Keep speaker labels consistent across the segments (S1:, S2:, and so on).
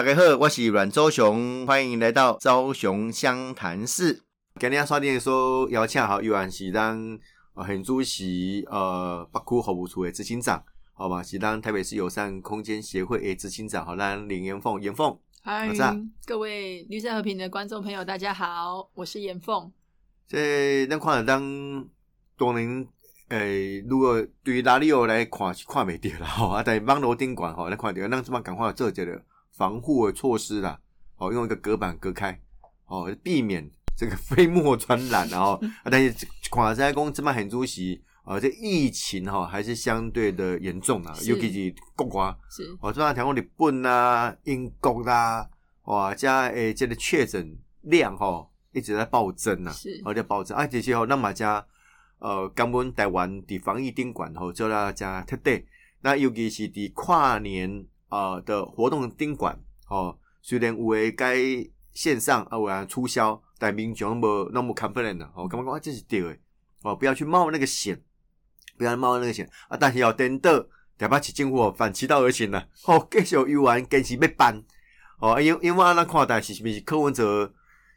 S1: 大家好，我是阮周雄，欢迎来到周雄湘潭市。今天刷电说邀请好，依然是咱呃很主席呃北区服务处的执行长，好嘛，是咱台北市友善空间协会的执行长，好，咱林延凤，延凤
S2: 嗨
S1: 我是啊，
S2: 各位绿色和平的观众朋友，大家好，我是严凤。
S1: 这咱看了当当然，诶、如果对于拉力奥来看是看袂着啦 吼，啊，但是网络顶管吼，咱看着，咱即马赶快做一个防护的措施啦，哦，用一个隔板隔开，哦，避免这个飞沫传染然后啊，但是看在讲即马很主席。啊，这疫情哈、还是相对的严重啊，
S2: 是
S1: 尤其是国外，
S2: 是
S1: 哦，即马听讲日本啊、英国啊啦、哇，加诶，这个确诊量吼、一直在暴增呐、
S2: 是
S1: 而且保证啊，这些吼，咱嘛遮呃，感恩台湾伫防疫顶管吼，做啦遮特地，那尤其是伫跨年呃的活动顶管吼，虽然有诶该线上啊，有啊促销，但民众无那么 confident 啦，吼、感觉讲啊，这是对诶，哦，不要去冒那个险，不要冒那个险啊，但是要等到台北市政府哦反其道而行啦，吼、继续游玩，坚持要办，哦，因因为安咱看待是是毋是柯文哲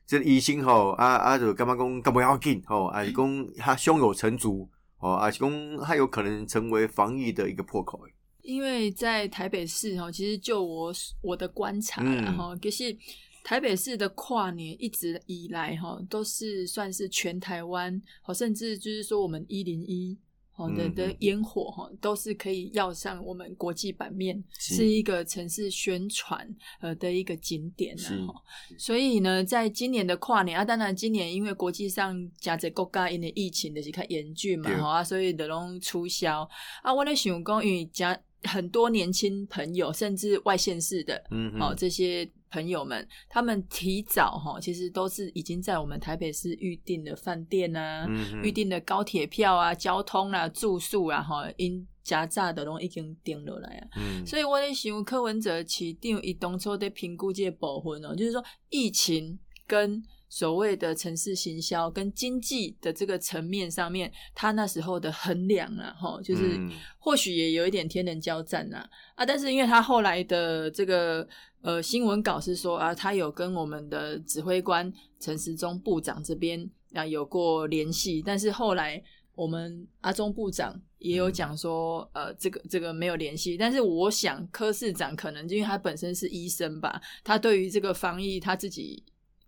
S1: 即个医生吼，啊啊就感觉讲干不要紧吼，啊是讲
S2: 嗯
S1: 他胸有成竹吼，啊是讲他有可能成为防疫的一个破口。
S2: 因为在台北市哈，其实就我我的观察啦，然
S1: 嗯
S2: 后、就是台北市的跨年一直以来哈，都是算是全台湾，好甚至就是说我们一零一。好的
S1: 嗯
S2: 的
S1: 嗯
S2: 烟火哈，都是可以要上我们国际版面，
S1: 是
S2: 是一个城市宣传呃的一个景点
S1: 是
S2: 然后所以呢，在今年的跨年啊，当然今年因为国际上加这国家因的疫情就是较严峻嘛
S1: 对
S2: 吼啊，所以就拢促销啊。我咧想讲，因为加很多年轻朋友，甚至外县市的
S1: 嗯
S2: 哦，这些朋友们，他们提早哈、其实都是已经在我们台北市预定的饭店啊，
S1: 嗯
S2: 预定的高铁票啊、交通啊、住宿啊，哈、因加炸的拢已经定落来啊。
S1: 嗯
S2: 所以我咧想，柯文哲市长伊当初在评估这个部分哦，就是说疫情跟所谓的城市行销跟经济的这个层面上面，他那时候的衡量啊，哈，就是
S1: 嗯
S2: 或许也有一点天人交战呐、啊，但是因为他后来的这个呃新闻稿是说啊，他有跟我们的指挥官陈时中部长这边啊有过联系，但是后来我们阿中部长也
S1: 嗯
S2: 有讲说，呃，这个这个没有联系，但是我想柯市长可能因为他本身是医生吧，他对于这个防疫他自己。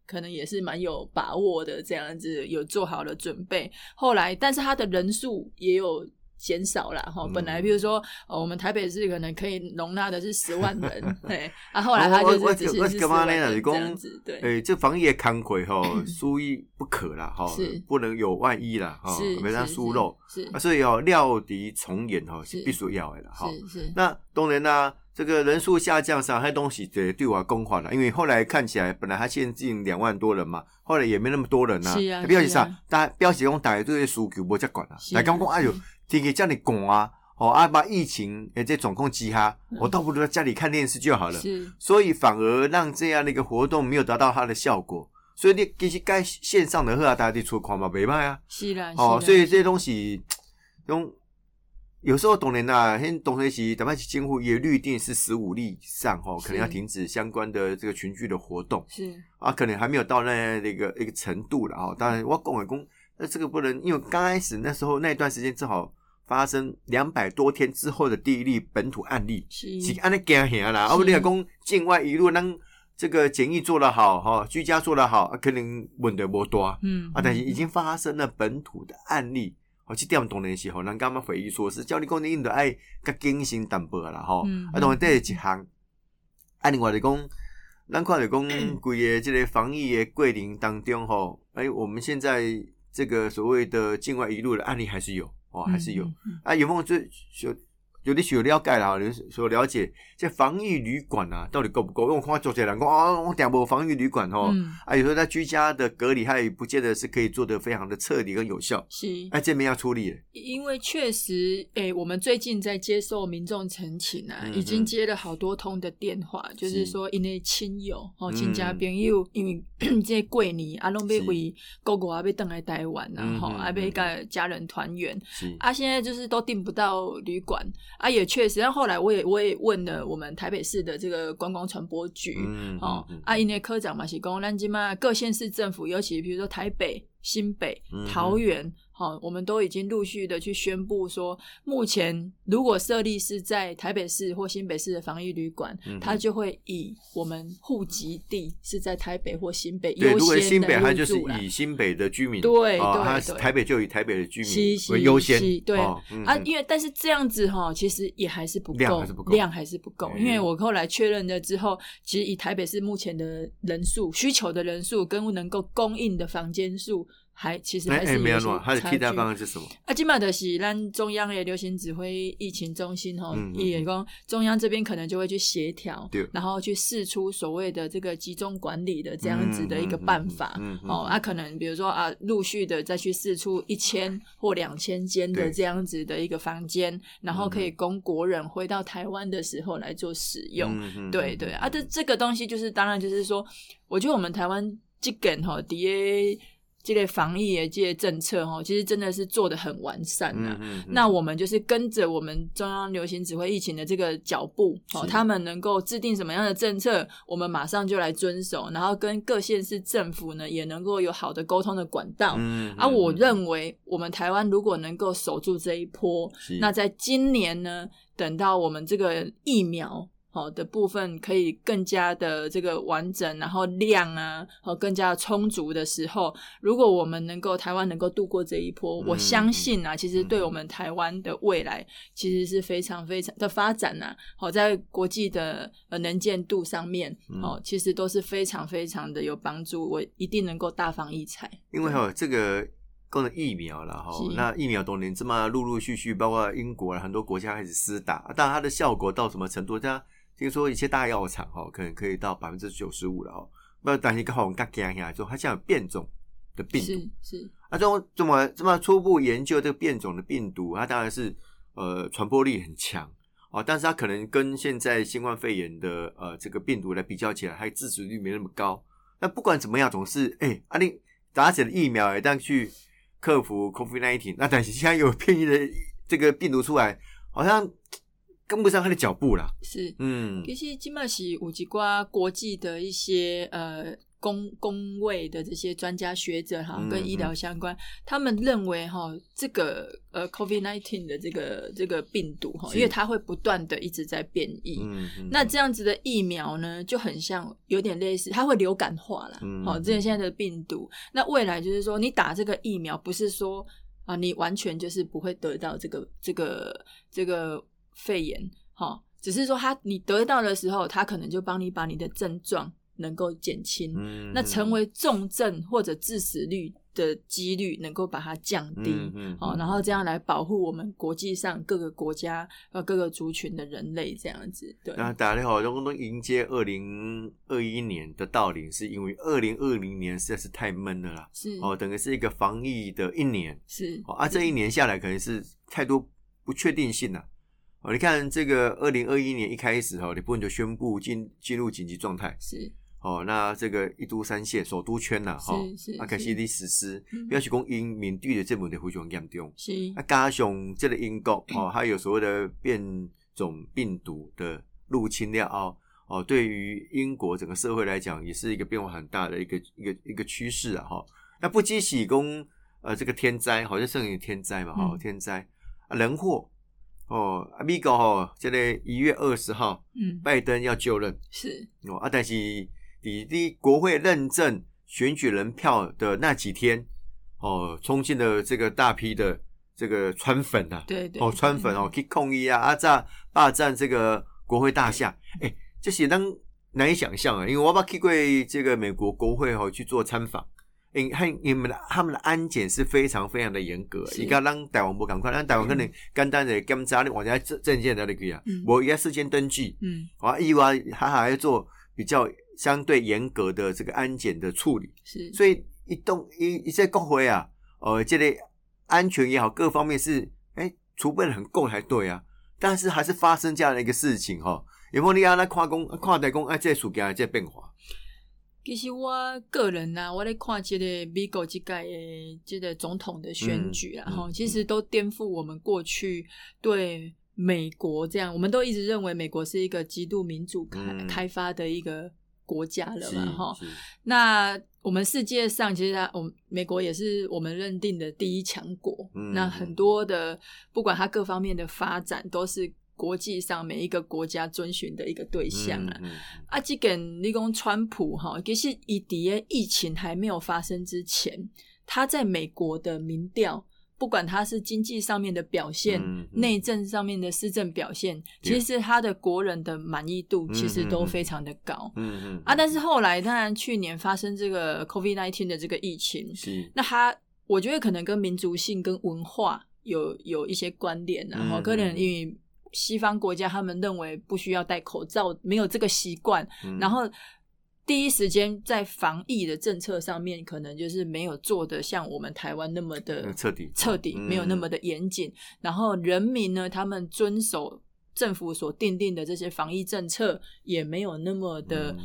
S2: 可能也是蛮有把握的，这样子有做好了准备，后来，但是它的人数也有减少啦。哈。
S1: 嗯
S2: 本来比如说，呃，我们台北市可能可以容纳的是十万人，对，啊，后
S1: 我
S2: 来它
S1: 我
S2: 就
S1: 我
S2: 是只是
S1: 我
S2: 是
S1: 干
S2: 四
S1: 嘛
S2: 万
S1: 呢就是
S2: 人
S1: 讲哎
S2: 这样子，对，
S1: 诶，这防疫的工课 吼，疏于不可啦吼
S2: 是，
S1: 不能有万一啦吼，
S2: 是
S1: 没让
S2: 是
S1: 疏漏
S2: 是
S1: 啊，所以哦，料敌从严吼是
S2: 是
S1: 必须要的啦吼。
S2: 是是，
S1: 那当然啦、这个人数下降，上海东西对对我公话了，因为后来看起来本来它限制两万多人嘛，后来也没那么多人呐、
S2: 是啊
S1: 表示
S2: 是啊
S1: 啥？大家表示讲大家对需求无接管啦，
S2: 是啊嗯
S1: 大家讲哎呦，天气这么寒啊，哦啊把疫情诶这总控之下，我哦倒不如在家里看电视就好了。
S2: 嗯是
S1: 所以反而让这样的一个活动没有达到它的效果，所以你其实该线上的喝啊，大家去出看嘛，没办啊。
S2: 是啦，
S1: 哦，
S2: 是
S1: 所
S2: 啦
S1: 以这些东西，用有时候当然啦，现在当然是咱们是政府也律定是十五例以上哦，可能要
S2: 是
S1: 停止相关的这个群聚的活动
S2: 是
S1: 啊，可能还没有到那那个一个程度了哦。当然，我讲的讲，那这个不能，因为刚开始那时候那一段时间正好发生两百多天之后的第一例本土案例，
S2: 是
S1: 是安尼惊吓啦，啊不，你若讲境外一路咱这个检疫做得好哈，居家做得好，啊可能问题无大。
S2: 嗯
S1: 啊，但是已经发生了本土的案例，好、去这样当然是吼，咱干嘛回忆说是叫你讲你应该爱较谨慎淡薄啦吼，
S2: 嗯
S1: 啊，当然这是一项，啊，另外就讲，咱看着
S2: 嗯
S1: 讲规个这个防疫的过程当中吼，哎、我们现在这个所谓的境外一路的案例还是有哦，还是有、
S2: 嗯嗯
S1: 啊，有没有最有有的有了解啦，有所了解，这防疫旅馆啊，到底够不够？因为我看做些人讲啊，我订无防疫旅馆吼。
S2: 嗯
S1: 啊，有时候在居家的隔离，它也不见得是可以做得非常的彻底跟有效。
S2: 是
S1: 哎，这边要处理了，
S2: 因为确实，诶、我们最近在接受民众陈情啊，
S1: 嗯哼
S2: 已经接了好多通的电话，就是说因为亲友哦，
S1: 嗯
S2: 亲家朋友，因为 这过年啊，拢要
S1: 是
S2: 为国外要等来台湾啊，
S1: 嗯
S2: 吼、
S1: 哼
S2: 啊，
S1: 嗯
S2: 要
S1: 哼
S2: 跟家人团圆
S1: 是
S2: 啊，现在就是都订不到旅馆啊，也确实。但后来我也我也问了我们台北市的这个观光传播局，
S1: 嗯，
S2: 哦
S1: 嗯，
S2: 啊，因为科长嘛是讲，咱即嘛各县市政府，尤其比如说台北、新北
S1: 嗯、
S2: 桃园，好、我们都已经陆续的去宣布说，目前如果设立是在台北市或新北市的防疫旅馆，
S1: 嗯
S2: 它就会以我们户籍地是在台北或新北
S1: 对，
S2: 优
S1: 如果是
S2: 先
S1: 新北，
S2: 的
S1: 它
S2: 入
S1: 就是
S2: 住啦
S1: 以新北的居民，
S2: 对
S1: 啊
S2: 对
S1: 它
S2: 对
S1: 台北就以台北的居民
S2: 是
S1: 嗯
S2: 是
S1: 为优先
S2: 是，对
S1: 哦嗯
S2: 啊，
S1: 嗯
S2: 因为但是这样子哈，其实也还是不够，
S1: 量还是不够
S2: 量还是不够
S1: 嗯
S2: 因为我后来确认了之后，其实以台北市目前的人数、需求的人数跟能够供应的房间数，还其实
S1: 哎
S2: 还
S1: 哎，
S2: 是
S1: 没
S2: 有
S1: 有
S2: 一些
S1: 弄，它的
S2: 差
S1: 替代
S2: 距
S1: 方案是什么？
S2: 啊，今嘛的是咱中央的流行指挥疫情中心吼
S1: 嗯嗯，
S2: 也讲中央这边可能就会去协调
S1: 对，
S2: 然后去试出所谓的这个集中管理的这样子的一个
S1: 嗯嗯
S2: 办法
S1: 嗯嗯嗯。
S2: 哦，啊，可能比如说啊，陆续的再去试出一千或两千间的
S1: 对
S2: 这样子的一个房间，然后可以供国人回到台湾的时候来做使用。
S1: 嗯
S2: 对对啊，这这个东西就是，当然就是说，我觉得我们台湾这个吼，底下这类防疫的这些政策吼，其实真的是做的很完善啊。
S1: 嗯
S2: 那我们就是跟着我们中央流行指挥疫情的这个脚步，哦，
S1: 是
S2: 他们能够制定什么样的政策，我们马上就来遵守，然后跟各县市政府呢也能够有好的沟通的管道。
S1: 嗯
S2: 啊，我认为我们台湾如果能够守住这一波，那在今年呢，等到我们这个疫苗。好的部分可以更加的这个完整，然后量啊，和更加充足的时候，如果我们能够台湾能够度过这一波，
S1: 嗯
S2: 我相信啊，其实对我们
S1: 嗯
S2: 台湾的未来其实是非常非常的发展呐、好、在国际的呃能见度上面，
S1: 嗯
S2: 哦，其实都是非常非常的有帮助，我一定能够大放异彩。
S1: 因为哈这个。讲的疫苗了哈，
S2: 是
S1: 那疫苗当年这么陆陆续续，包括英国啊，很多国家开始施打，但它的效果到什么程度？大家听说一些大药厂哈，可能可以到百分之九十五了哈。那但是刚好我们刚讲下来说，它现在有变种的病毒
S2: 是，是，
S1: 啊，这种这么这么初步研究这个变种的病毒，它当然是呃传播力很强哦，但是它可能跟现在新冠肺炎的呃这个病毒来比较起来，它致死率没那么高。那不管怎么样，总是哎，啊你打起了疫苗，但去克服 COVID 1 9那但是现在有变异的这个病毒出来，好像跟不上它的脚步啦。
S2: 是。
S1: 嗯，
S2: 其实今麦是有一寡国际的一些呃工工位的这些专家学者哈
S1: 嗯，
S2: 跟医疗相关，他们认为哈这个呃 COVID nineteen 的这个这个病毒哈，
S1: 是
S2: 因为它会不断的一直在变异。
S1: 嗯，嗯
S2: 那这样子的疫苗呢，就很像，有点类似，它会流感化啦。
S1: 嗯
S2: 好、之前现在的病毒，那未来就是说，你打这个疫苗，不是说啊，你完全就是不会得到这个这个这个肺炎，哈、只是说它你得到的时候，它可能就帮你把你的症状能够减轻，
S1: 嗯
S2: 那成为重症或者致死率的几率能够把它降低。
S1: 嗯
S2: 好、然后这样来保护我们国际上各个国家呃各个族群的人类这样子，对，
S1: 那大家好，都都迎接二零二一年的到临，是因为二零二零年实在是太闷了啦。
S2: 是
S1: 哦，等于是一个防疫的一年
S2: 是
S1: 哦啊，
S2: 嗯
S1: 这一年下来可能是太多不确定性了。哦，你看这个二零二一年一开始哦，日本就宣布进进入紧急状态
S2: 是
S1: 哦，那这个一都三县首都圈呐、哈、
S2: 是是
S1: 啊开始
S2: 是
S1: 在实施，
S2: 嗯
S1: 表示讲因面对的这问题非常严重。
S2: 是
S1: 啊，加上这个英国哦，它有所谓的变种病毒的入侵了哦哦，对于英国整个社会来讲，也是一个变化很大的一个一个一个趋势啊哈、那不积喜功呃，这个天灾好像剩于天灾嘛哈、
S2: 嗯
S1: 天灾啊人祸哦，啊美国哦，这个一月二十号
S2: 嗯
S1: 拜登要就任
S2: 是
S1: 哦啊，但是你的国会认证选举人票的那几天，哦，冲进了这个大批的这个川粉呐、啊，
S2: 对对嗯
S1: 哦，川粉哦，去抗议啊，啊，炸霸占这个国会大厦，哎，这些当难以想象啊，因为我把去过这个美国国会哦去做参访。因看你们的他们的安检是非常非常的严格，
S2: 是
S1: 你看让台湾不赶快，让台湾可能简单的检查你往下证证件的就可以啊
S2: 嗯，
S1: 我应该事先登记，
S2: 嗯
S1: 啊，意外他还要做比较相对严格的这个安检的处理，
S2: 是
S1: 所以一动一一些国会啊，呃，这类安全也好，各方面是哎储备的很够才对啊，但是还是发生这样的一个事情哈、哦，有没有你啊？那跨工跨代工啊，这暑假这变化，
S2: 其实我个人呐、我咧看这个美国这个的这个总统的选举啦，啊
S1: 嗯
S2: 吼、
S1: 嗯
S2: 其实都颠覆我们过去对美国这样，我们都一直认为美国是一个极度民主开、
S1: 嗯
S2: 开发的一个国家了
S1: 是
S2: 嘛，哈。
S1: 是
S2: 那我们世界上其实它，我们美国也是我们认定的第一强国。
S1: 嗯
S2: 那很多的，不管它各方面的发展，都是国际上每一个国家遵循的一个对象啊。
S1: 嗯嗯
S2: 啊，即跟你讲川普哈，其实伊伫诶疫情还没有发生之前，他在美国的民调，不管他是经济上面的表现、
S1: 嗯嗯
S2: 内政上面的施政表现，
S1: 对
S2: 其实他的国人的满意度其实
S1: 嗯嗯
S2: 都
S1: 嗯
S2: 非常的高。
S1: 嗯嗯
S2: 啊，但是后来当然去年发生这个 COVID nineteen 的这个疫情，
S1: 是
S2: 那他我觉得可能跟民族性跟文化有有一些关联啊，然后、
S1: 嗯
S2: 可能因为西方国家他们认为不需要戴口罩，没有这个习惯，
S1: 嗯
S2: 然后第一时间在防疫的政策上面，可能就是没有做的像我们台湾那么的
S1: 嗯彻底
S2: 彻底，没有那么的严谨。然后人民呢，他们遵守政府所定定的这些防疫政策，也没有那么的
S1: 嗯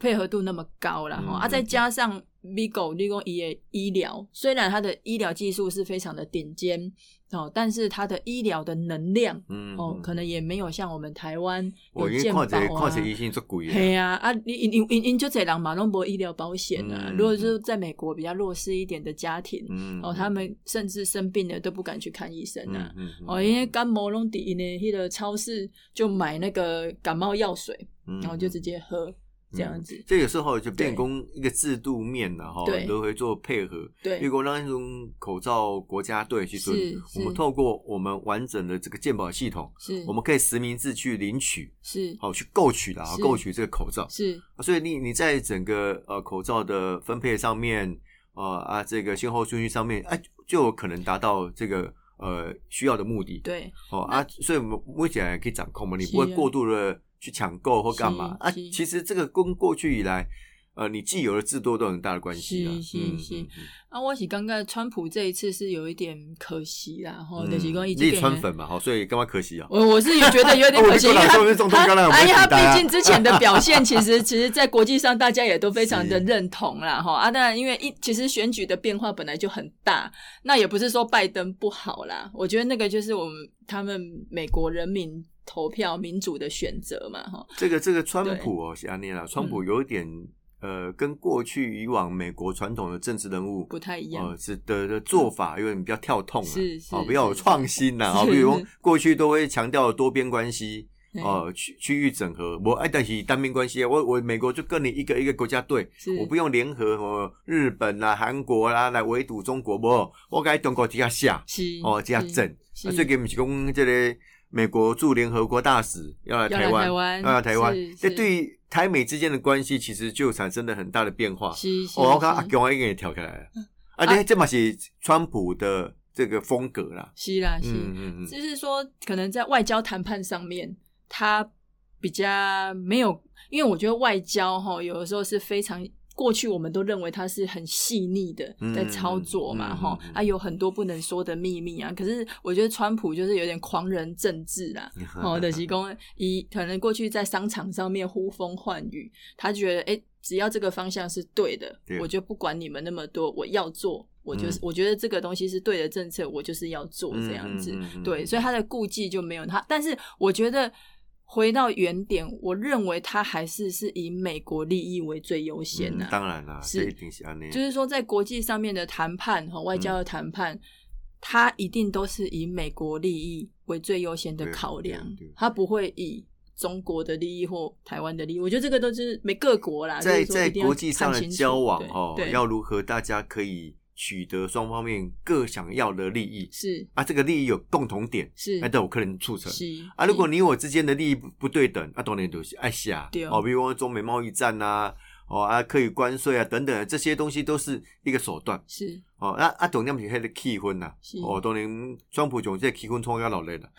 S2: 配合度那么高啦。
S1: 嗯
S2: 哈、啊，
S1: 嗯
S2: 再加上 Vigo 立功医的医疗，虽然它的医疗技术是非常的顶尖哦，但是它的医疗的能量。
S1: 嗯
S2: 哦，可能也没有像我们台湾有
S1: 我因为
S2: 健保
S1: 看这
S2: 啊，
S1: 看这医生做贵
S2: 嘿
S1: 的，
S2: 呀、啊，你因因因因就这人嘛，拢无医疗保险啊。
S1: 嗯
S2: 如果是在美国比较弱势一点的家庭，
S1: 嗯
S2: 哦，他们甚至生病了都不敢去看医生啊。
S1: 嗯嗯
S2: 哦，因为感冒拢底因的那个超市就买那个感冒药水，
S1: 嗯
S2: 然后就直接喝这样子。
S1: 这有时候就变成一个制度面了哈，
S2: 对
S1: 都会做配合。如
S2: 对，
S1: 果让那种口罩国家队去做
S2: 是，
S1: 我
S2: 是
S1: 们透过我们完整的这个健保系统，
S2: 是
S1: 我们可以实名制去领取，
S2: 是
S1: 好去购取的，
S2: 是
S1: 购取这个口罩。
S2: 是
S1: 所以你你在整个呃口罩的分配上面，呃啊这个先后顺序上面，哎、就有可能达到这个呃需要的目的。
S2: 对
S1: 哦啊，所以我们目前也可以掌控嘛，你
S2: 是
S1: 不会
S2: 啊
S1: 过度的去抢购或干嘛
S2: 是
S1: 啊。
S2: 是
S1: 其实这个跟过去以来，呃，你既有的制度都有很大的关系啊。
S2: 是
S1: 嗯
S2: 是
S1: 嗯
S2: 啊，我是刚刚川普这一次是有一点可惜啦，吼、
S1: 嗯
S2: 哦就是讲
S1: 你
S2: 已经
S1: 也川粉嘛，好，所以干嘛可惜啊？
S2: 我我是也觉得 有点可惜，
S1: 我
S2: 因
S1: 就
S2: 为
S1: 跟老师说
S2: 他
S1: 中东刚才我们
S2: 他因为他
S1: 很大家
S2: 毕竟之前的 表现，其实其实在国际上大家也都非常的
S1: 是
S2: 认同啦，哈啊，当然因为一其实选举的变化本来就很大，那也不是说拜登不好啦，我觉得那个就是我们他们美国人民投票民主的选择嘛，哈，
S1: 这个这个川普哦，是安妮啦，川
S2: 嗯
S1: 普有一点、呃，跟过去以往美国传统的政治人物
S2: 不太一样，
S1: 呃是的的做法有点比较跳痛啊
S2: 是，是
S1: 哦，比较有
S2: 是
S1: 创新呐，哦，
S2: 是
S1: 比如
S2: 是
S1: 过去都会强调多边关系，
S2: 对
S1: 呃，区区域整合，我哎，但是单边关系，我我美国就跟你一个一个国家队，
S2: 是
S1: 我不用联合哦，日本啦、韩国啦来围堵中国，不，我该中国底下下
S2: 是
S1: 哦，这样整，
S2: 是
S1: 啊
S2: 是
S1: 所以给我们提供这个美国驻联合国大使要来
S2: 要
S1: 台
S2: 来
S1: 湾，
S2: 台湾
S1: 要来台湾
S2: 是，
S1: 这
S2: 是
S1: 对于台美之间的关系其实就产生了很大的变化。
S2: 是是，
S1: 哦，我看
S2: 是
S1: 阿强已经也跳起来了，啊，这这嘛是川普的这个风格啦，
S2: 是啦是。
S1: 嗯嗯嗯，
S2: 就是说，可能在外交谈判上面，他比较没有，因为我觉得外交哈，有的时候是非常。过去我们都认为它是很细腻的
S1: 嗯
S2: 在操作嘛，
S1: 嗯
S2: 哈、
S1: 嗯嗯
S2: 啊有很多不能说的秘密啊。可是我觉得川普就是有点狂人政治啦， 哦， 就是
S1: 嗯
S2: 讲一可能过去在商场上面呼风唤雨，他觉得哎、诶只要这个方向是对的，
S1: 对
S2: 我就不管你们那么多，我要做，我就是、
S1: 嗯
S2: 我觉得这个东西是对的政策，我就是要做
S1: 嗯
S2: 这样子。
S1: 嗯嗯嗯
S2: 对，所以他的顾忌就没有他，但是我觉得。回到原点，我认为他还是是以美国利益为最优先啊的、
S1: 嗯当然啦，
S2: 是
S1: 这一定是安尼，
S2: 就是说在国际上面的谈判和外
S1: 嗯
S2: 交的谈判，它一定都是以美国利益为最优先的考量
S1: 对对对，
S2: 它不会以中国的利益或台湾的利益。我觉得这个都是每各国啦，
S1: 在
S2: 就是说
S1: 在
S2: 一定要
S1: 国际上
S2: 看
S1: 的
S2: 清楚
S1: 交往
S2: 对
S1: 哦
S2: 对，
S1: 要如何大家可以取得双方面各想要的利益
S2: 是
S1: 啊，这个利益有共同点，
S2: 是
S1: 那都有可能促成。
S2: 是
S1: 哎啊，如果你我之间的利益不不对等，啊，当然都是爱下
S2: 对
S1: 哦，比如说中美贸易战呐、哦啊，可以关税啊等等，这些东西都是一个手段
S2: 是
S1: 哦。那啊，当然是迄个气氛呐、
S2: 是
S1: 哦，当然川普总这个气氛创到老累了，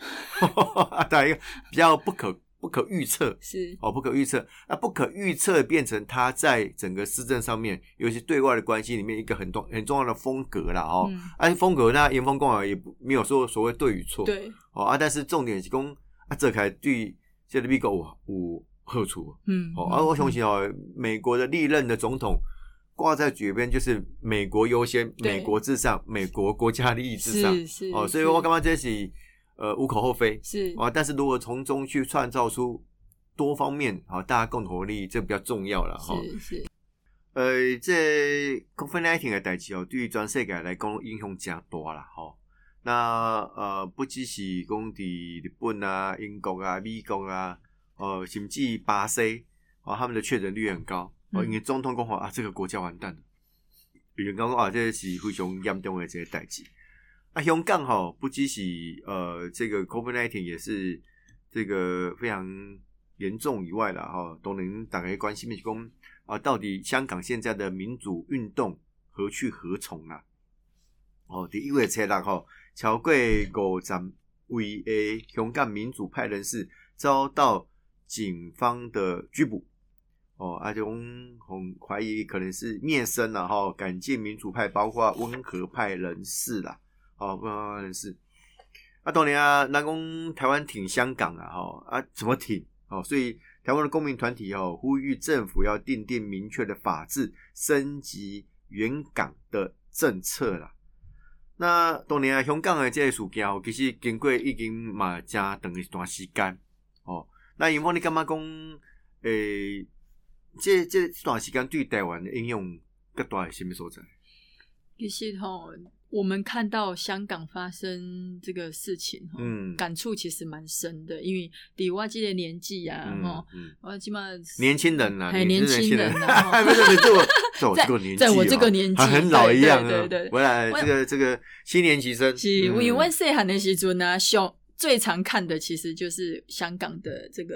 S1: 啊，当然比较不可不可预测
S2: 是
S1: 哦，不可预测。那不可预测变成他在整个施政上面，尤其对外的关系里面一个很重很重要的风格啦哦。
S2: 嗯
S1: 啊，风格那严峰共好也不没有说所谓对与错，
S2: 对
S1: 哦啊，但是重点是讲啊，这开对这个美国有有好处
S2: 嗯
S1: 哦。啊，我相信哦，美国的历任的总统挂在嘴边就是美国优先、
S2: 对
S1: 美国至上、美国国家利益至上哦
S2: 是是
S1: 哦，所以我刚刚这是呃无可厚非
S2: 是
S1: 啊。但是如果从中去创造出多方面啊大家共同的利益，这比较重要了哈。
S2: 是是，
S1: 呃，这 COVID-19 的代志哦，对于全世界来讲影响真大啦吼、那呃，不只是讲伫日本啊、英国啊、美国啊，呃，甚至巴西哦，他们的确诊率很高。哦，
S2: 嗯
S1: 因为总统讲吼啊，这个国家完蛋了。有人讲啊，这是非常严重的这个代志。啊，香港吼、不只是呃，这个 COVID-19 也是这个非常严重以外啦，哈、当然大家关心的是讲啊，到底香港现在的民主运动何去何从啊？哦，第一位车啦，吼、超过五十位的香港民主派人士遭到警方的拘捕。哦，阿种很怀疑可能是灭生了哈，赶尽民主派包括温和派人士啦，哦，温和派人士。啊，当然啊，南公台湾挺香港啊，哈啊，怎么挺？哦，所以台湾的公民团体哦，呼吁政府要定定明确的法制，升级援港的政策啦。那当然啊，香港的这个事件哦，其实经过已经嘛真长一段时间哦。那因为你感觉讲，诶、这这这段时间对台湾的应用较大的是什么所在？
S2: 其实吼，我们看到香港发生这个事情吼，
S1: 嗯，
S2: 感触其实蛮深的，因为底我这个年纪啊，吼、
S1: 嗯嗯
S2: 我起码
S1: 年轻人呐、啊，
S2: 嘿
S1: 你是
S2: 哎年轻人 啊
S1: 还没有你这我在我这个年纪、
S2: 在我这个年纪
S1: 还很老一样啊。
S2: 对对对对
S1: 我来
S2: 我
S1: 这个这个新年级生
S2: 是因
S1: 嗯
S2: 为阮细汉的时阵啊，上最常看的其实就是香港的这个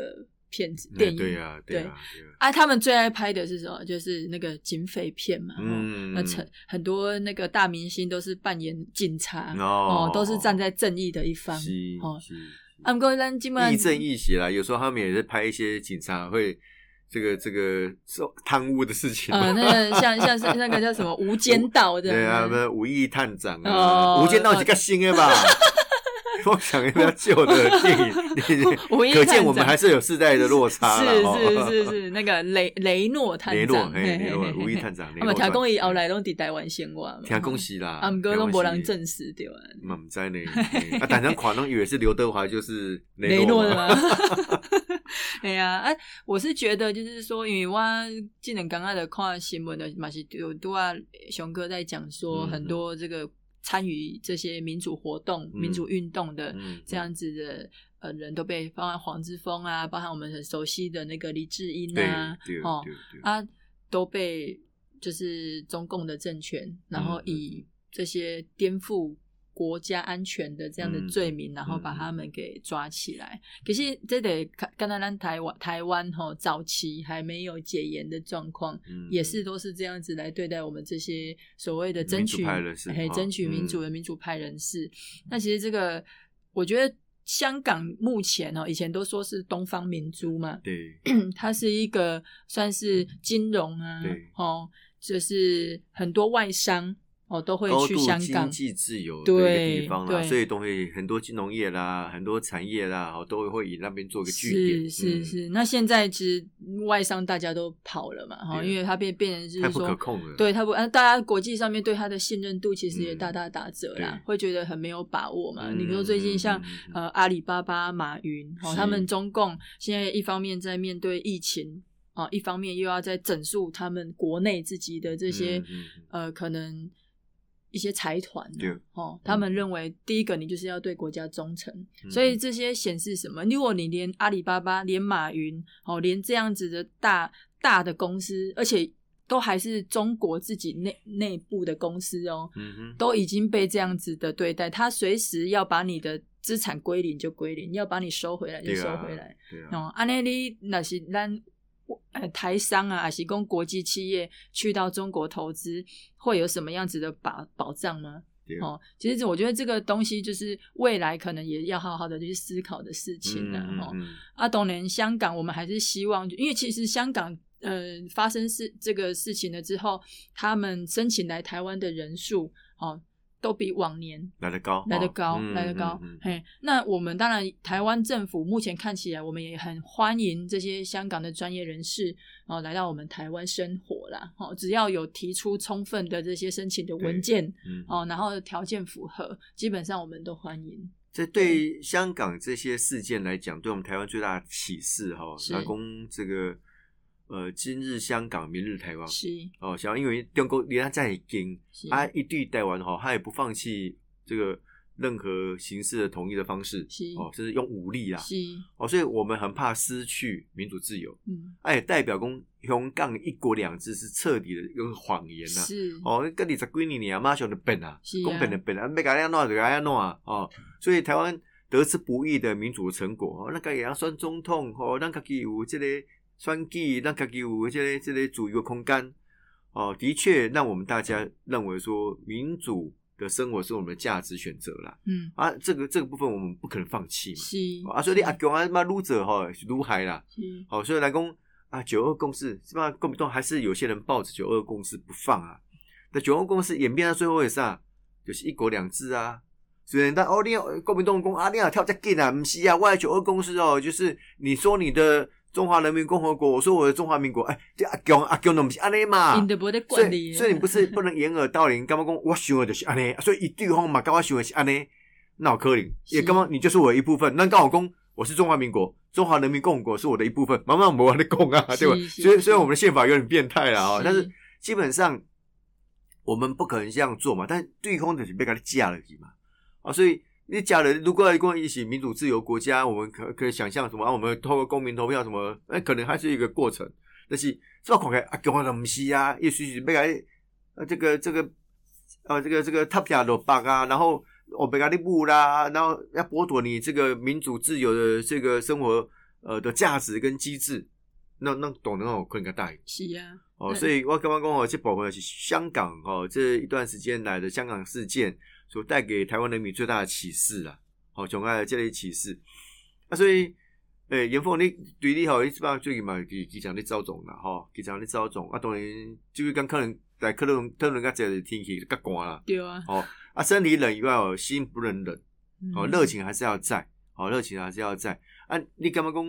S2: 片子
S1: 嗯
S2: 电影，
S1: 对啊，对
S2: 对
S1: 啊，对啊，
S2: 啊，他们最爱拍的是什么？就是那个警匪片嘛。嗯。
S1: 嗯，
S2: 那成很多那个大明星都是扮演警察
S1: 哦
S2: 啊都是站在正义的一方。
S1: 是
S2: 哦
S1: 是
S2: 啊，不过咱基本
S1: 亦正亦邪啦。有时候他们也是拍一些警察会这个这个受贪污的事情嘛，
S2: 呃，那个像像是那个叫什么《无间道》的，
S1: 对啊，什么武义探长啊，
S2: 哦
S1: 无间道》是个新的 吧？我想要不要旧的电影，你 你
S2: 无意
S1: 可
S2: 探
S1: 见我们
S2: 长
S1: 还是有世代的落差啦哦
S2: 是是是是，那个雷雷诺探
S1: 雷诺，
S2: 长，
S1: 嘿，雷诺，
S2: 嘿
S1: 吴意探长，雷
S2: 啊，
S1: 诺
S2: 嘛，听
S1: 传
S2: 讲伊后，来拢伫台湾生活嘛，
S1: 嗯听恭喜啦，
S2: 啊，毋过拢无人证实对啊，
S1: 嘛嗯唔知 呢，嘿啊，但人款拢以为是刘德华，就是
S2: 雷
S1: 诺
S2: 诺的
S1: 嘛
S2: 嘛， 哎呀，啊，我是觉得就是说，因为我今年刚刚的看新闻的嘛是有多啊，熊哥在讲说
S1: 嗯嗯
S2: 很多这个参与这些民主活动、
S1: 嗯
S2: 民主运动的
S1: 嗯
S2: 这样子的呃人都被，包含黄之锋啊，包含我们很熟悉的那个黎智英
S1: 对
S2: 啊，
S1: 对
S2: 哦
S1: 对对，
S2: 啊，都被就是中共的政权，然后
S1: 嗯
S2: 以这些颠覆国家安全的这样的
S1: 嗯
S2: 罪名，然后把他们给抓起来。可是这得看，刚才咱台湾台湾吼、早期还没有解严的状况，
S1: 嗯
S2: 也是都是这样子来对待我们这些所谓的争
S1: 民主
S2: 取，
S1: 派人士
S2: 嘿
S1: 哈嗯
S2: 争取民主的民主派人士。那其实这个，我觉得香港目前哦，以前都说是东方明珠嘛，
S1: 对，
S2: 它是一个算是金融啊
S1: 嗯对，
S2: 哦，就是很多外商哦都会
S1: 高
S2: 去
S1: 度
S2: 香
S1: 经，
S2: 港
S1: 济自由的一个
S2: 对
S1: 地方啦，
S2: 对
S1: 所以东西很多金融业啦，很多产业啦，哦都会以那边做一个据
S2: 是
S1: 点，
S2: 是
S1: 嗯，
S2: 是。那现在其实外商大家都跑了嘛，哈，
S1: 对啊
S2: 因为它变变成就
S1: 太
S2: 是
S1: 不可
S2: 说。
S1: 控了，
S2: 对他不，啊，大家国际上面对他的信任度其实也
S1: 嗯
S2: 大大打折啦，
S1: 对
S2: 会觉得很没有把握嘛。
S1: 嗯，
S2: 你说最近像
S1: 嗯嗯嗯
S2: 呃阿里巴巴、马云，哦，
S1: 是
S2: 他们中共现在一方面在面对疫情，哦，一方面又要在整肃他们国内自己的这些、
S1: 嗯嗯嗯
S2: 呃可能一些财团啊、
S1: 对
S2: 哦，他们认为第一个你就是要对国家忠诚，
S1: 嗯
S2: 所以这些显示什么？如果你连阿里巴巴、连马云，哦，连这样子的大大的公司，而且都还是中国自己内内部的公司哦，
S1: 嗯哼。
S2: 都已经被这样子的对待，他随时要把你的资产归零就归零，要把你收回来就
S1: 对
S2: 收
S1: 啊，
S2: 回来。
S1: 对啊，
S2: 哦，安内你那是咱呃台商啊，还是供国际企业去到中国投资，会有什么样子的保保障吗
S1: 对？
S2: 哦，其实我觉得这个东西就是未来可能也要好好的去思考的事情啊。哦，
S1: 嗯嗯嗯
S2: 啊，当然香港我们还是希望，因为其实香港呃发生事这个事情了之后，他们申请来台湾的人数哦都比往年。
S1: 来得高，
S2: 来得
S1: 哦
S2: 高，来得高。嘿，那我们当然，台湾政府目前看起来，我们也很欢迎这些香港的专业人士哦来到我们台湾生活啦。哦，只要有提出充分的这些申请的文件
S1: 嗯
S2: 哦，然后条件符合，基本上我们都欢迎。
S1: 这对香港这些事件来讲，对我们台湾最大的启示哈，
S2: 是
S1: 拿公这个呃，今日香港，明日台湾
S2: 是
S1: 哦，想要因为中国离他在近，
S2: 是
S1: 啊，一对台湾哈，他也不放弃这个任何形式的统一的方式
S2: 是
S1: 哦，就是用武力啦
S2: 是，
S1: 哦，所以我们很怕失去民主自由，
S2: 嗯
S1: 哎，也代表公香港一国两制是彻底的一个谎言呐、
S2: 是
S1: 哦，跟你十几年啊，马上就变啊
S2: 是啊，
S1: 公变的变啊，没改样弄就改样弄啊，哦，所以台湾得之不易的民主成果，哦，那个也要选总统，哦，咱家己有这个选举，咱家己有这个这个主由空间，哦，的确让我们大家认为说民主的生活是我们的价值选择啦，
S2: 嗯
S1: 啊，这个这个部分我们不可能放弃嘛，
S2: 是
S1: 哦啊，所以你阿强啊，妈撸者哈，撸海啦，
S2: 是
S1: 哦，所以来公啊，九二共识是吧？共不动，还是有些人抱着九二共识不放啊。那九二共识演变到最后也是啊，就是一国两制啊。虽然但哦，你共不动公啊，你要跳这进啊，不是啊，我的九二共识哦，就是你说你的中华人民共和国，我说我的中华民国，哎，这阿强阿强，都不是安尼嘛？
S2: 因都不得
S1: 啊所
S2: 管
S1: 以
S2: 你，啊
S1: 所以你不是不能掩耳盗铃，干嘛讲我想的就是安尼， 所以一对方嘛，干嘛想的是安尼，那我可能
S2: 是
S1: 也干嘛你就是我的一部分，那刚好讲我是中华民国，中华人民共和国是我的一部分，慢慢我的共啊，
S2: 是
S1: 对吧？
S2: 是
S1: 所以
S2: 是
S1: 虽然我们的宪法有点变态了啊，
S2: 是
S1: 但是基本上我们不可能这样做嘛，但对方就是被他架了嘛，啊，所以。你假的，如果如果一起民主自由国家，我们可可以想象什么？啊，我们透过公民投票什么？那、可能还是一个过程。但是这看起来啊，中国人不是啊，也许是被个呃这个这个呃这个这个塔皮亚罗巴啊，然后我被个利布啦，然后要剥夺你这个民主自由的这个生活呃的价值跟机制，那那懂得哦，困个大于
S2: 是啊，
S1: 哦，
S2: 嗯
S1: 所以我刚刚讲哦，这保回是香港哦这一段时间来的香港事件所带给台湾人民最大的启示啦，哦，总爱这类启示啊，所以。诶、严凤，你对你吼，你即摆最近嘛，去机场咧走总啦，吼，机场咧走总，啊，当然，即个讲可能在可能可能较侪是天气较寒啦，
S2: 对啊，
S1: 哦，啊，身体冷以外哦，心不能冷，哦，
S2: 嗯
S1: 热情还是要在，哦，热情还是要在。啊，你感觉讲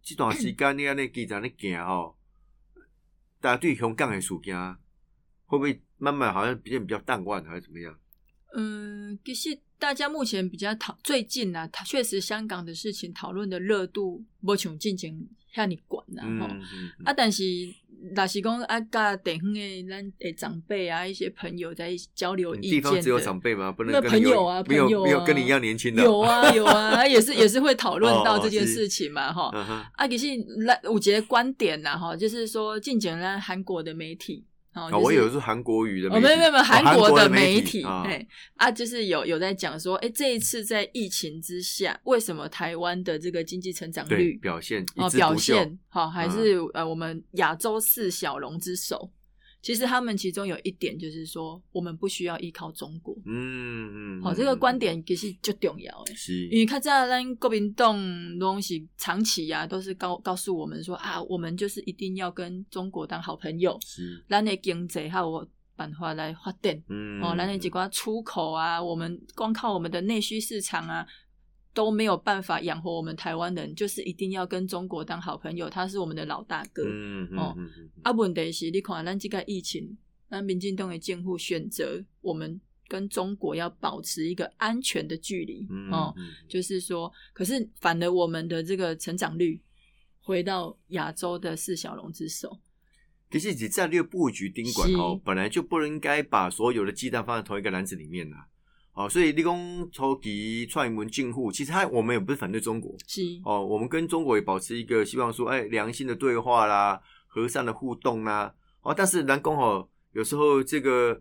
S1: 这段时间你安尼机场咧行吼，大家对香港的事件会不会慢慢好像变得比较淡忘，还是怎么样？
S2: 嗯，其实大家目前比较讨最近啊，它确实香港的事情讨论的热度不像进前遐你管啦
S1: 嗯
S2: 吼。
S1: 嗯嗯
S2: 啊，但是若是讲啊，甲地方的咱的长辈啊，一些朋友在交流
S1: 嗯地
S2: 意见的，
S1: 方只有长辈吗？不能
S2: 那
S1: 跟
S2: 朋
S1: 你有
S2: 友啊
S1: 没有
S2: 朋友
S1: 没有
S2: 啊
S1: 跟你一样年轻的。
S2: 有啊有啊， 啊也是也是会讨论
S1: 哦
S2: 到
S1: 哦
S2: 这件
S1: 是
S2: 事情嘛吼。
S1: 嗯哼，
S2: 啊，其实咱有一个观点呐吼，就是说进前咱韩国的媒体哦，
S1: 啊，
S2: 就是
S1: 我以为是韩国语的媒
S2: 哦，
S1: 体，
S2: 没有没有没有，
S1: 哦
S2: 韩国
S1: 的
S2: 媒
S1: 体，啊
S2: 哎啊，就是有有在讲说，哎，这一次在疫情之下，为什么台湾的这个经济成长
S1: 对
S2: 率
S1: 表现
S2: 哦
S1: 一枝
S2: 表
S1: 独秀嗯
S2: 现好、还是、呃我们亚洲四小龙之首？其实他们其中有一点就是说，我们不需要依靠中国。
S1: 嗯嗯，
S2: 好、
S1: 嗯
S2: 哦这个观点其实就重要哎。
S1: 是
S2: 因为看在咱国民党东西长期啊，都是告告诉我们说啊，我们就是一定要跟中国当好朋友，
S1: 是
S2: 咱的经济还有办法来发展。
S1: 嗯
S2: 哦，咱的一寡出口啊，我们光靠我们的内需市场啊，都没有办法养活我们台湾人，就是一定要跟中国当好朋友，他是我们的老大哥。
S1: 嗯嗯
S2: 哦
S1: 嗯嗯
S2: 啊，问题是，你看咱这个疫情，咱民进党的政府选择我们跟中国要保持一个安全的距离，
S1: 嗯
S2: 哦，
S1: 嗯
S2: 就是说，可是反而我们的这个成长率回到亚洲的四小龙之首，
S1: 其实，以战略布局盯管
S2: 是
S1: 哦，本来就不应该把所有的鸡蛋放在同一个篮子里面呐、哦，所以立功筹集创一门进户，其实他我们也不是反对中国
S2: 是
S1: 哦，我们跟中国也保持一个希望说，哎，良性的对话啦，和善的互动啦。哦，但是南宫哦，有时候这个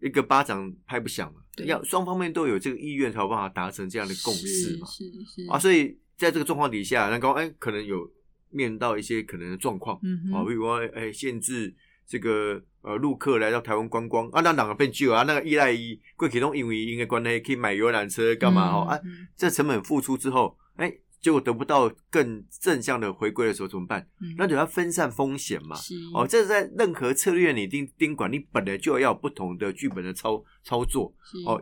S1: 一个巴掌拍不响嘛，
S2: 对
S1: 要双方面都有这个意愿才有办法达成这样的共识
S2: 是
S1: 嘛。
S2: 是是
S1: 啊，所以在这个状况底下，南宫哎，可能有面到一些可能的状况。
S2: 嗯哼
S1: 哦，比如说，哎、限制这个呃陆客来到台湾观光啊，那两个变旧啊，那个依赖伊贵启动因为因为关系可以买游览车干嘛哦、啊，
S2: 嗯
S1: 这成本付出之后，哎、结果得不到更正向的回归的时候怎么办？
S2: 嗯
S1: 那就要分散风险嘛。
S2: 是
S1: 哦，这是在任何策略拟定盯管，你本来就要有不同的剧本的操操作。
S2: 是
S1: 哦，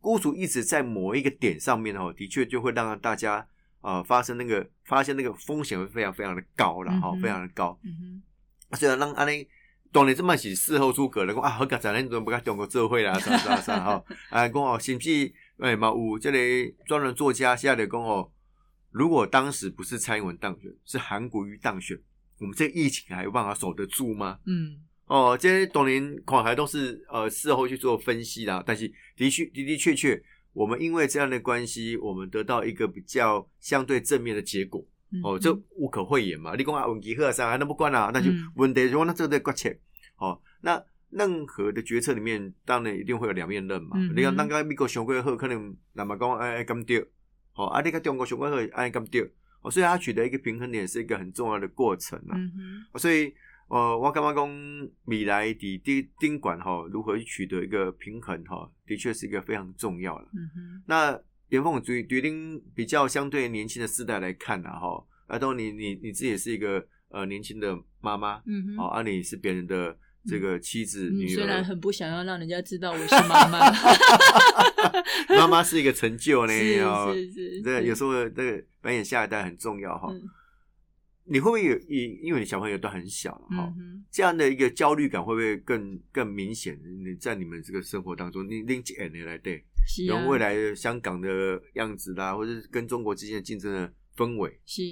S1: 孤独一直在某一个点上面哦，的确就会让大家呃发生那个发现那个风险会非常非常的高了哈、
S2: 嗯哼
S1: 非常的高。
S2: 嗯哼
S1: 虽然咱安尼，当然这么是事后诸葛了，讲啊，好甲咱咱怎么甲中国做伙啦，啥啥啥吼，啊，讲哦，甚至哎嘛有这类专栏作家现在的讲哦，如果当时不是蔡英文当选，是韩国瑜当选，我们这疫情还有办法守得住吗？
S2: 嗯
S1: 哦，这些董林广还都是呃事后去做分析啦，但是的确的的确确，我们因为这样的关系，我们得到一个比较相对正面的结果。
S2: 嗯
S1: 哦，这无可讳言嘛。你讲啊，问题和啥还那么关啊？那就
S2: 嗯
S1: 问题如果那这个在关切，哦，那任何的决策里面，当然一定会有两面刃嘛。
S2: 嗯哼
S1: 你看，那个美国上过好，可能那么讲哎哎咁对，哦，啊，你看中国上过好哎咁对，哦，所以它取得一个平衡点是一个很重要的过程啊。
S2: 嗯哼
S1: 所以呃，我感觉讲未来的丁丁管哈、如何去取得一个平衡哈、的确是一个非常重要了。
S2: 嗯哼
S1: 那严凤对对丁比较相对年轻的世代来看呢、啊、哈，阿东你你你自己也是一个呃年轻的妈妈、
S2: 嗯哼
S1: 哦，啊你是别人的这个妻子、
S2: 嗯，
S1: 女
S2: 虽然
S1: 儿，
S2: 很不想要让人家知道我是妈妈，
S1: 妈妈是一个成就呢，
S2: 是
S1: 哦，
S2: 是是，
S1: 这有时
S2: 候
S1: 候这个扮演下一代很重要哈、
S2: 嗯
S1: 你会不会有因因为你小朋友都很小了哈、
S2: 嗯哼
S1: 这样的一个焦虑感会不会更更明显？你在你们这个生活当中，你拎起 N 来对，
S2: 是
S1: 然
S2: 啊
S1: 后未来的香港的样子啦，或者是跟中国之间的竞争的氛围，
S2: 是，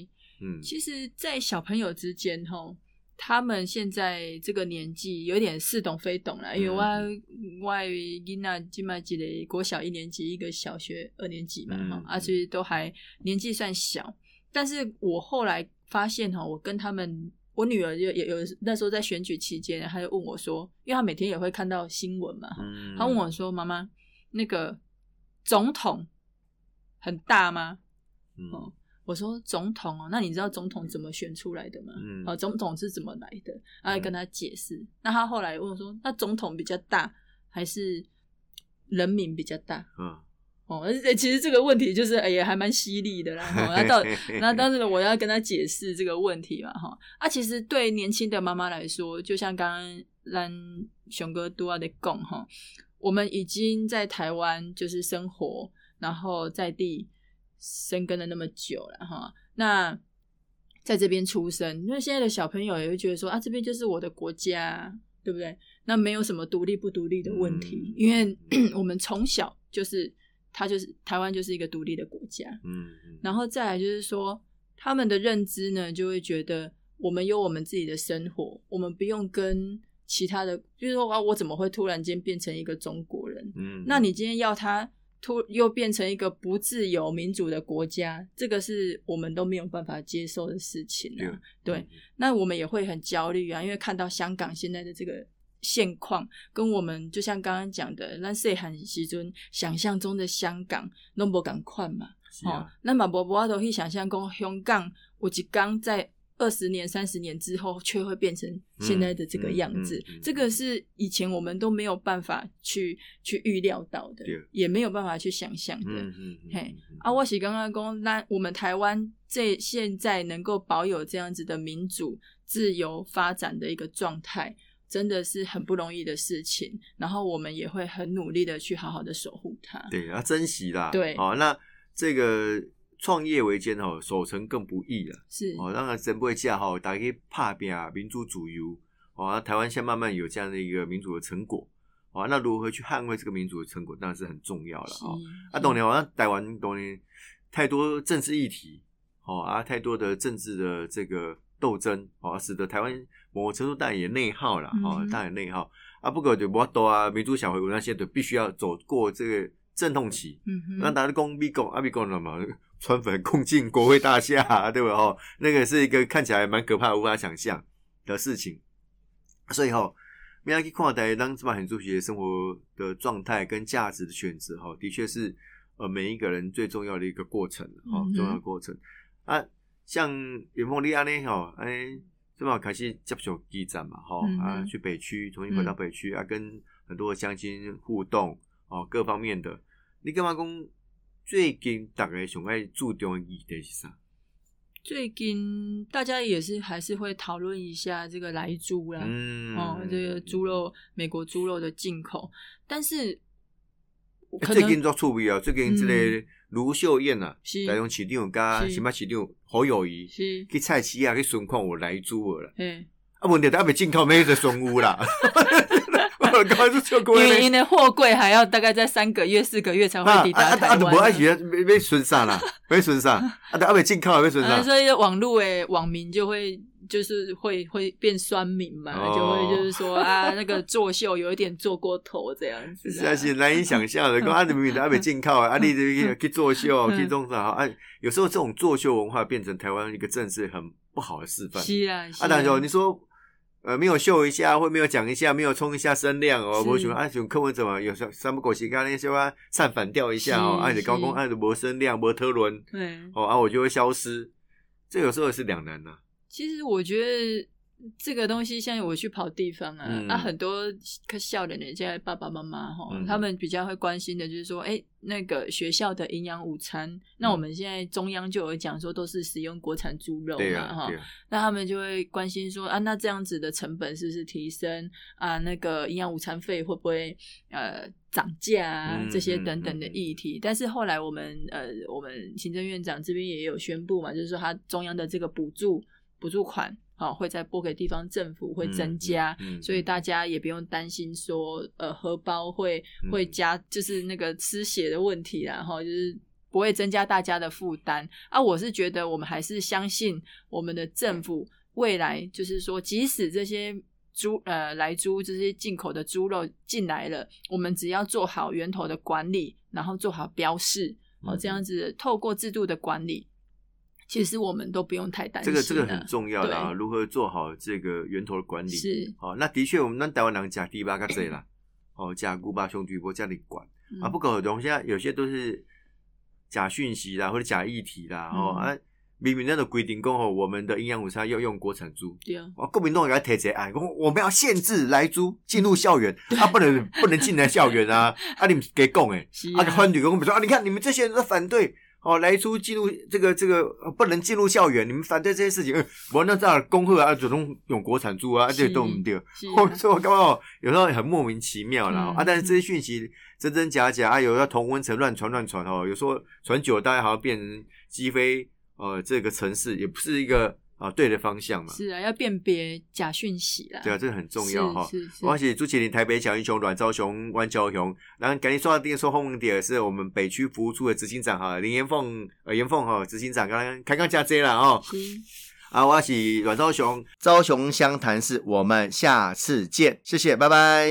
S1: 嗯
S2: 其实，在小朋友之间吼。他们现在这个年纪有点似懂非懂了，因为我、
S1: 嗯
S2: 我的囡仔今麦一个国小一年级，一个小学二年级嘛，哈、
S1: 嗯
S2: 啊，所以都还年纪算小。但是我后来发现哈，我跟他们，我女儿就也有那时候在选举期间，她就问我说，因为她每天也会看到新闻嘛，
S1: 嗯
S2: 她问我说：“妈妈，那个总统很大吗？”
S1: 嗯
S2: 我说总统哦，那你知道总统怎么选出来的吗？
S1: 嗯
S2: 哦，总统是怎么来的？然后
S1: 嗯
S2: 跟他解释。那他后来问我说，那总统比较大还是人民比较大？
S1: 嗯，
S2: 哦，而且其实这个问题就是哎呀，还蛮犀利的啦。哦、那到那当时我要跟他解释这个问题嘛，哈啊，其实对年轻的妈妈来说，就像刚刚让熊哥都要的讲哈，我们已经在台湾就是生活，然后在地生根了那么久了哈，那在这边出生，那现在的小朋友也会觉得说啊，这边就是我的国家，对不对？那没有什么独立不独立的问题
S1: 嗯，
S2: 因为 我们从小就是，他就是台湾就是一个独立的国家，
S1: 嗯嗯
S2: 然后再来就是说，他们的认知呢，就会觉得我们有我们自己的生活，我们不用跟其他的，就是说啊，我怎么会突然间变成一个中国人？
S1: 嗯，
S2: 那你今天要他突又变成一个不自由民主的国家，这个是我们都没有办法接受的事情、啊。对，那我们也会很焦虑啊，因为看到香港现在的这个现况，跟我们就像刚刚讲的，那细汉时阵想象中的香港，拢无共款嘛。
S1: 是啊
S2: 哦，那马伯伯我都去想象讲香港，有一刚在二十年、三十年之后，却会变成现在的这个样
S1: 嗯
S2: 子。
S1: 嗯嗯嗯
S2: 这个是以前我们都没有办法去去预料到的
S1: 对，
S2: 也没有办法去想象的。
S1: 嗯嗯嗯，
S2: 嘿啊，我是刚刚讲，那我们台湾这现在能够保有这样子的民主、自由发展的一个状态，真的是很不容易的事情。然后我们也会很努力的去好好的守护它。
S1: 对要珍惜啦，
S2: 对
S1: 哦，那这个创业维艰哦，守成更不易了。
S2: 是，
S1: 哦，当然真不会架哈，大家可以怕拼民主主流哦。那台湾现在慢慢有这样的一个民主的成果哦，那如何去捍卫这个民主的成果，当然是很重要了
S2: 是
S1: 哦。啊，当年好像台湾当年太多政治议题哦，啊，太多的政治的这个斗争哦，使得台湾某程度当然也内耗了哦
S2: 嗯，
S1: 当然内耗啊。不过就我多啊，民主小回国那些都必须要走过这个阵痛期，
S2: 嗯哼，
S1: 那大家都攻逼共啊逼共了嘛，川粉共进国会大厦、 对吧？哦，那个是一个看起来蛮可怕、无法想象的事情。所以哈、哦，明天去看待当芝麻很主席的生活的状态跟价值的选择哈、哦，的确是呃每一个人最重要的一个过程哦
S2: 嗯，哼
S1: 重要的过程啊。像袁凤丽安呢，吼，哎，这么开始接手基站嘛，吼、
S2: 嗯哼
S1: 啊，去北区，重新回到
S2: 嗯
S1: 北区、啊，跟很多的乡亲互动哦，各方面的。你干嘛讲最近大家上爱注重的议题是啥？
S2: 最近大家也是还是会讨论一下这个来猪啦，
S1: 嗯，
S2: 哦，这个猪肉，美国猪肉的进口，但是我
S1: 欸
S2: 可
S1: 最近
S2: 能嗯
S1: 做趣味啊，最近这个卢秀燕啊，
S2: 是
S1: 台中市长甲
S2: 是
S1: 新北市长侯友谊
S2: 是，
S1: 去菜市啊去巡看有来猪的啦，
S2: 嘿，
S1: 啊，问题都还没进口，没得损有啦。刚才就过
S2: 因为
S1: 咧。
S2: 因为货柜还要大概在三个月、四个月才会抵
S1: 啊
S2: 达
S1: 啊
S2: 台
S1: 都无爱
S2: 湾。
S1: 去，要要顺啥啦，要顺啥，啊都啊未进口，要顺
S2: 啊，
S1: 啥。
S2: 所以网络诶，网民就会就是会会变酸民嘛，
S1: 哦
S2: 就会就是说啊，那个作秀有一点做过头这样子、
S1: 实
S2: 啊。
S1: 在是难以想 象的，讲啊，你明明还没进口啊，啊，你去去作秀，去弄啥啊？有时候这种作秀文化变成台湾一个政治很不好的示范。
S2: 是啊，是
S1: 啊，但是哦你说呃没有秀一下，或没有讲一下，没有冲一下声量哦，
S2: 是
S1: 我喜欢啊，像柯文哲嘛，有时候三不狗时间那些啊，唱反调一下哦，
S2: 是
S1: 啊，你高公
S2: 是
S1: 啊，你没声量，没特伦
S2: 对，
S1: 哦，啊，我就会消失。这有时候也是两难呐。啊
S2: 其实我觉得这个东西，像我去跑地方啊，
S1: 嗯
S2: 啊，很多可笑的人家爸爸妈妈哈，
S1: 嗯
S2: 他们比较会关心的就是说，哎、那个学校的营养午餐，那
S1: 嗯
S2: 我们现在中央就有讲说都是使用国产猪肉
S1: 对
S2: 嘛
S1: 啊，
S2: 哈、
S1: 对啊，
S2: 那他们就会关心说啊，那这样子的成本是不是提升啊？那个营养午餐费会不会呃涨价啊？
S1: 嗯
S2: 这些
S1: 嗯
S2: 等等的
S1: 嗯嗯
S2: 议题。但是后来我们呃，我们行政院长这边也有宣布嘛，就是说他中央的这个补助补助款。好，会再拨给地方政府，会增加，
S1: 嗯嗯嗯
S2: 所以大家也不用担心说，呃，荷包会
S1: 嗯
S2: 会加，就是那个失血的问题啦，然后就是不会增加大家的负担。啊，我是觉得我们还是相信我们的政府未来就是说，即使这些猪呃来猪这些进口的猪肉进来了，我们只要做好源头的管理，然后做好标示，哦，
S1: 嗯
S2: 这样子透过制度的管理，其实我们都不用太担
S1: 这
S2: 心
S1: 个
S2: 了。
S1: 这个很重要的啊，
S2: 对
S1: 如何做好这个源头的管理。
S2: 是
S1: 好、哦那的确我们咱台湾人假第八个谁啦，哦，假古巴兄弟波这样的管、
S2: 嗯
S1: 啊，不可容。现在有些都是假讯息啦，或者假议题啦，哦、
S2: 嗯
S1: 啊，明明那种规定讲哦，我们的营养午餐要用国产猪。
S2: 对啊，
S1: 啊，国民党给他提起来，讲我们要限制来猪进入校园，啊，不能不能进来校园啊！啊，你们给讲诶，
S2: 是
S1: 啊，反对我们说啊，你看你们这些人都反对哦，来出进入这个这个呃不能进入校园，你们反对这些事情，呃我那这样恭贺啊，主动用国产猪啊，啊这
S2: 是
S1: 都不对。
S2: 是
S1: 我
S2: 啊
S1: 所以我刚好哦有时候很莫名其妙啦、
S2: 嗯
S1: 啊，但是这些讯息真真假假啊，有时候同温层乱传乱传哦，有时候传久了，大家好像变成鸡飞呃这个城市，也不是一个啊、对的方向嘛。
S2: 是啊，要辨别假讯息啦。
S1: 对啊，这个很重要哈、
S2: 是是是
S1: 我是朱启林，台北小英雄阮昭雄、阮昭雄。然后赶紧说到电说后面的是我们北区服务处的执行长哈，林延凤呃延凤哈，执行长刚刚开刚加 J 了哦。
S2: 行，
S1: 啊，我是阮昭雄，昭雄湘潭市，我们下次见，谢谢，拜拜。